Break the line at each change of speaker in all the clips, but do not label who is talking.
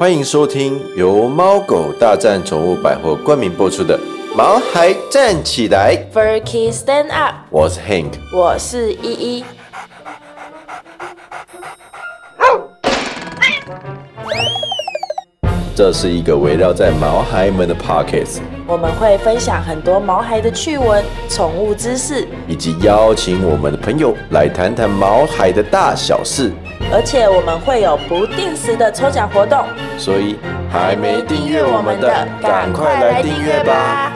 欢迎收听由猫狗大战宠物百货冠名播出的《毛孩站起来》，
f u r k y Stand Up，
我是 Hank。
我是依依。
这是一个围绕在毛孩们的 Pockets，
我们会分享很多毛孩的趣闻、宠物知识，
以及邀请我们的朋友来谈谈毛孩的大小事。
而且我们会有不定时的抽奖活动。
所以还没订阅我们的，赶快来订阅吧！！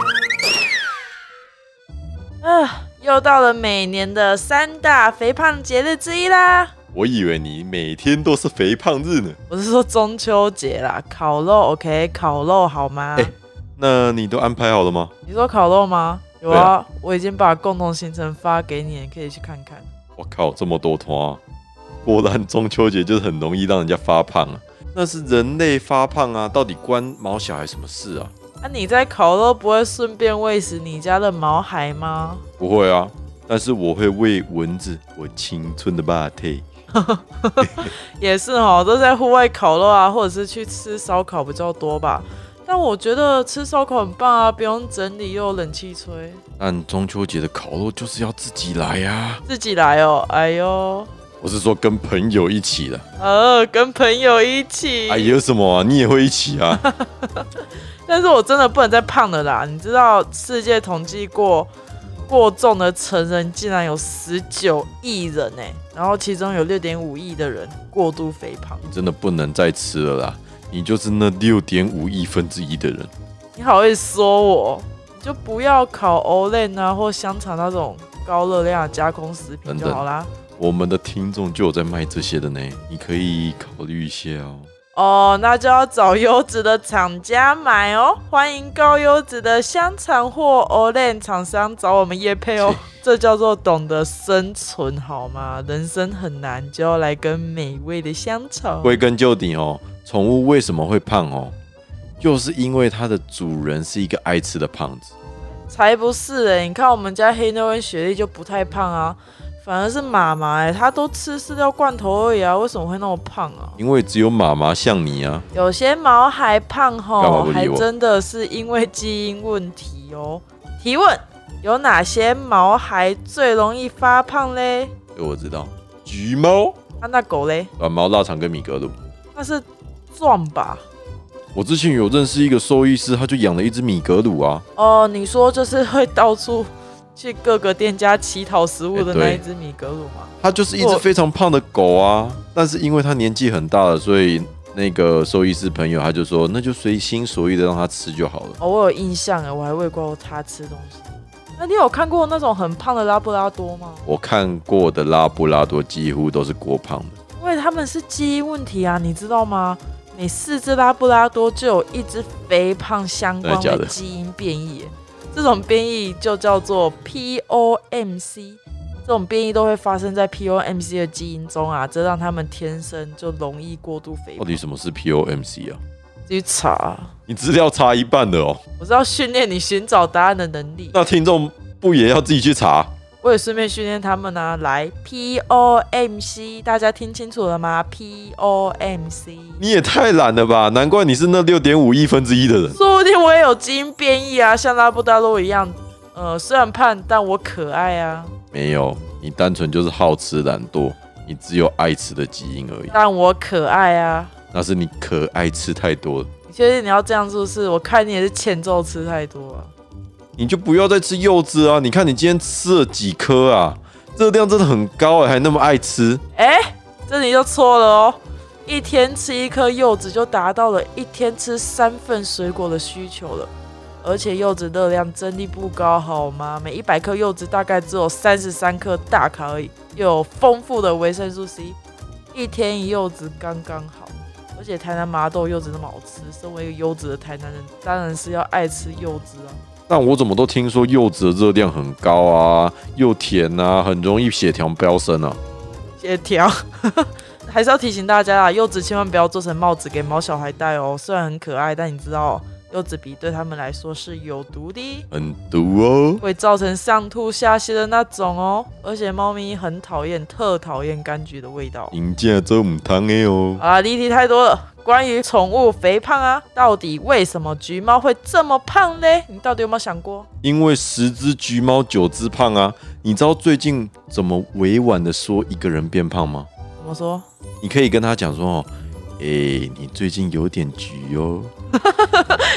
啊，又到了每年的三大肥胖节日之一啦！
我以为你每天都是肥胖日呢，
我是说中秋节啦，烤肉 OK，烤肉好吗？
哎那你都安排好了吗？
你说烤肉吗？有
对
啊，我已经把共同行程发给你，你可以去看看。
我靠，这么多团、啊！果然中秋节就是很容易让人家发胖啊，那是人类发胖啊，到底关毛小孩什么事啊？
那、你在烤肉不会顺便喂食你家的毛孩吗？
不会啊，但是我会喂蚊子，我青春的霸体。
也是哦，都在户外烤肉啊，或者是去吃烧烤比较多吧。但我觉得吃烧烤很棒啊，不用整理又有冷气吹，
但中秋节的烤肉就是要自己来呀、啊，
自己来哦。哎呦，
我是说跟朋友一起的。
呃，跟朋友一起。
哎，有什么啊？你也会一起啊？
但是我真的不能再胖了啦！你知道世界统计过，过重的成人竟然有十九亿人哎、然后其中有六点五亿的人过度肥胖。
你真的不能再吃了啦，你就是那六点五亿分之一的人。
你好意思说我？你就不要烤欧类啊，或香肠那种高热量的加工食品就好啦。
我们的听众就有在卖这些的呢，你可以考虑一下哦。
哦，那就要找优质的厂家买哦。欢迎高优质的香肠或 o l a n 厂商找我们叶配哦
是。
这叫做懂得生存，好吗？人生很难，就要来根美味的香肠。
归根究底哦，宠物为什么会胖哦？就是因为它的主人是一个爱吃的胖子。
才不是哎、你看我们家黑妞跟雪莉就不太胖啊，反而是妈妈哎、她都吃饲料罐头而已啊，为什么会那么胖啊？
因为只有妈妈像你啊，
有些毛孩胖
干嘛不
吼，
理
还
我
真的是因为基因问题哦。提问：有哪些毛孩最容易发胖嘞？
对，我知道。橘猫、
啊，那狗嘞？
短毛腊肠跟米格鲁。
那是壮吧？
我之前有认识一个兽医师，他就养了一只米格鲁啊。
哦，你说就是会到处去各个店家乞讨食物
哎
的
对
那一只米格鲁吗？
它就是一只
我
非常胖的狗啊，但是因为它年纪很大了，所以那个兽医师朋友他就说，那就随心所欲的让它吃就好了。
哦，我有印象哎，我还喂过它吃东西。那你有看过那种很胖的拉布拉多吗？
我看过的拉布拉多几乎都是过胖的，
因为他们是基因问题啊，你知道吗？每四只拉布拉多就有一只肥胖相关
真的假的
的基因变异耶，这种变异就叫做 POMC。这种变异都会发生在 POMC 的基因中啊，这让他们天生就容易过度肥
到
胖。
底什么是 POMC 啊？
去查，啊
你资料查一半的哦，
我是要训练你寻找答案的能力，
那听众不也要自己去查？
我也顺便训练他们啊。来，POMC，大家听清楚了吗？POMC。
你也太懒了吧！难怪你是那六点五亿分之一的人。
说不定我也有基因变异啊，像拉布达多一样。呃，虽然胖，但我可爱啊，
没有，你单纯就是好吃懒惰，你只有爱吃的基因而已。
但我可爱啊。
那是你可爱吃太多了，
你确定你要这样是不是？我看你也是欠揍吃太多啊。
你就不要再吃柚子啊！你看你今天吃了几颗啊？热量真的很高哎、还那么爱吃。
哎、这你就错了哦。一天吃一颗柚子就达到了一天吃三份水果的需求了，而且柚子热量真的不高，好吗？每一百克柚子大概只有三十三克大卡而已，又有丰富的维生素 C，一天一柚子刚刚好。而且台南麻豆柚子那么好吃，身为一个优质的台南人，当然是要爱吃柚子啊。
但我怎么都听说柚子的热量很高啊，又甜啊，很容易血糖飙升啊。
协调。 啊还是要提醒大家啦，柚子千万不要做成帽子给毛小孩戴哦。虽然很可爱，但你知道柚子皮对他们来说是有毒的，
很毒哦。
会造成上吐下泻的那种哦。而且猫咪很讨厌，特讨厌柑橘的味道。
银价周母汤哎哦，
好啦，离题太多了。关于宠物肥胖啊，到底为什么橘猫会这么胖呢？你到底有没有想过？
因为十只橘猫九只胖啊。你知道最近怎么委婉的说一个人变胖吗？
怎么说？
你可以跟他讲说哦，哎、你最近有点橘哦。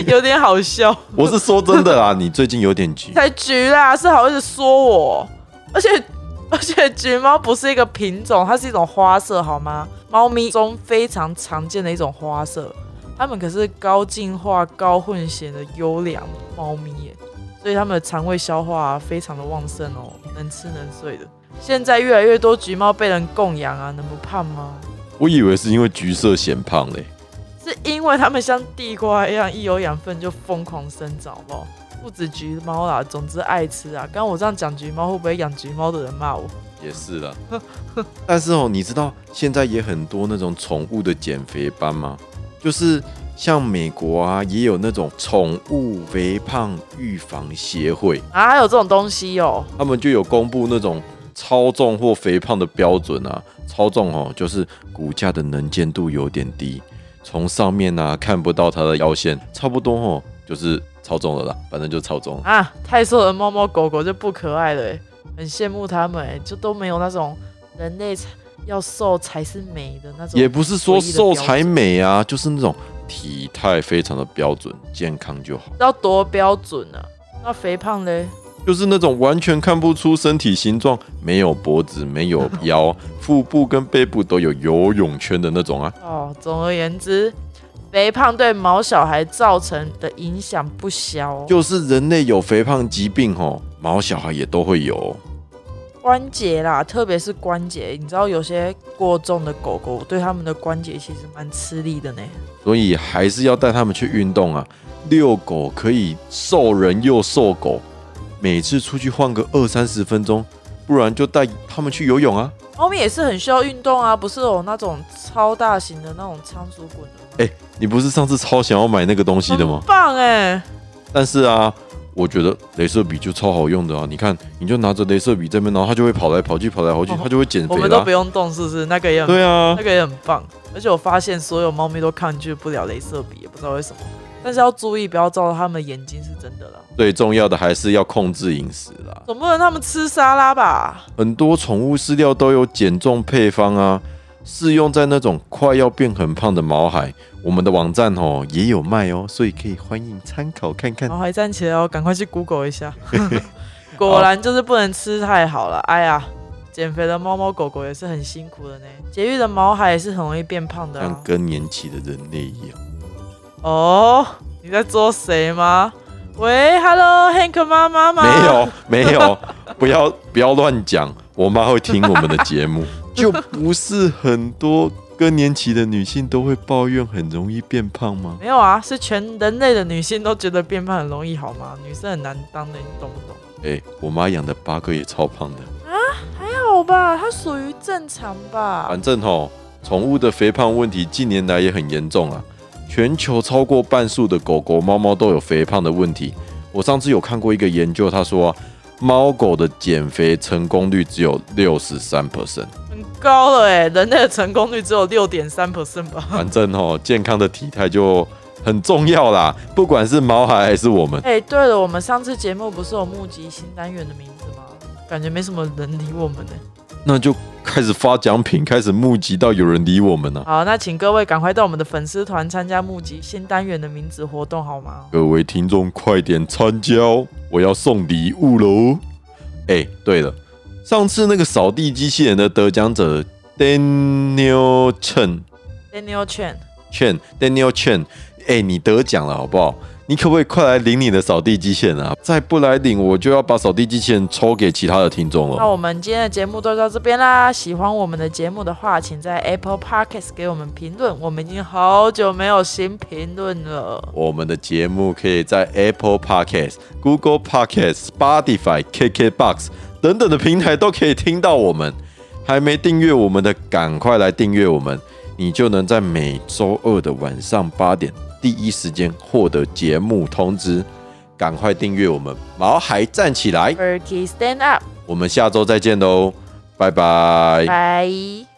有点好笑。
我是说真的啦，啊 你最近有点橘。
才橘啦，是好意思说我，而且 而且橘猫不是一个品种，它是一种花色，好吗？猫咪中非常常见的一种花色，它们可是高进化、高混血的优良猫咪耶，所以它们的肠胃消化、啊、非常的旺盛哦，能吃能睡的。现在越来越多橘猫被人供养啊，能不胖吗？
我以为是因为橘色显胖嘞。
是因为它们像地瓜一样，一有养分就疯狂生长，好不好？不止橘猫啦，总之爱吃啊。刚刚我这样讲橘猫，会不会养橘猫的人骂我？
也是啦， 但是哦，你知道现在也很多那种宠物的减肥班吗？就是像美国啊，也有那种宠物肥胖预防协会，
啊，还有这种东西哦，
他们就有公布那种超重或肥胖的标准啊。超重哦，就是骨架的能见度有点低，从上面啊看不到它的腰线，差不多哦，就是超重了啦，反正就超重。
啊，太瘦的猫猫狗狗就不可爱了欸，很羡慕它们欸，就都没有那种人类才要瘦才是美的那种。
也不是说瘦才美啊，就是那种体态非常的标准，健康就好。
要多标准啊？那肥胖嘞？
就是那种完全看不出身体形状，没有脖子，没有腰，腹部跟背部都有游泳圈的那种啊。
哦，总而言之，肥胖对毛小孩造成的影响不小哦、
就是人类有肥胖疾病吼，毛小孩也都会有哦。
关节啦，特别是关节，你知道有些过重的狗狗对它们的关节其实蛮吃力的呢。
所以还是要带他们去运动啊。遛狗可以瘦人又瘦狗，每次出去换个二三十分钟，不然就带他们去游泳啊。
猫咪也是很需要运动啊，不是有那种超大型的那种仓鼠滚的吗？
你不是上次超想要买那个东西的吗
很？棒哎、
但是啊，我觉得镭射笔就超好用的啊！你看，你就拿着镭射笔这边，然后它就会跑来跑去，跑来跑去，
哦
它就会减
我
肥
们都
啦
不。用动，是不是？那个也很、
对啊
那，个也很棒。而且我发现所有猫咪都抗拒不了镭射笔，也不知道为什么。但是要注意，不要照到它们的眼睛，是真的啦。
最重要的还是要控制饮食啦。
总不能它们吃沙拉吧？
很多宠物饲料都有减重配方啊，适用在那种快要变很胖的毛孩。我们的网站哦也有卖哦，所以可以欢迎参考看 看。
然后还站起来哦，赶快去 Google 一下。果然就是不能吃太好了。哎呀，减肥的猫猫狗狗也是很辛苦的呢。节育的毛孩也是很容易变胖的、啊
像。更年期的人类一样，
哦，你在做谁吗？喂，Hello Hank 妈妈吗？
没有没有， 不要不要乱讲，我妈会听我们的节 目，就不是很多更年期的女性都会抱怨很容易变胖吗？
没有啊，是全人类的女性都觉得变胖很容易，好吗？女生很难当的，你懂不懂？
哎、我妈养的八哥也超胖的。
还好吧，它属于正常吧。
反正吼，宠物的肥胖问题近年来也很严重啊。全球超过半数的狗狗、猫猫都有肥胖的问题。我上次有看过一个研究，他说、啊、猫狗的减肥成功率只有六十三 percent。
很高了哎、人类的成功率只有六点三 percent 吧。
反正吼，健康的体态就很重要啦，不管是猫孩还是我们。
哎、对了，我们上次节目不是有募集新单元的名字吗？感觉没什么人理我们呢、
那就开始发奖品，开始募集到有人理我们了、啊
好，那请各位赶快到我们的粉丝团参加募集新单元的名字活动，好吗？
各位听众，快点参加哦！我要送礼物喽！哎、对了，上次那个扫地机器人的得奖者 Daniel Chen
Daniel Chen，
Chen Daniel Chen，哎、你得奖了好不好？你可不可以快来领你的扫地机器人啊？再不来领，我就要把扫地机器人抽给其他的听众
那
了。
我们今天的节目就到这边啦。喜欢我们的节目的话，请在 Apple Podcast 给我们评论。我们已经好久没有新评论了。
我们的节目可以在 Apple Podcast、Google Podcast、Spotify、KKBox 等等的平台都可以听到我们。还没订阅我们的，赶快来订阅我们！你就能在每周二的晚上八点第一时间获得节目通知。赶快订阅我们毛孩站起来，
Berkey Stand Up，
哎我们下周再见喽，拜拜。
拜。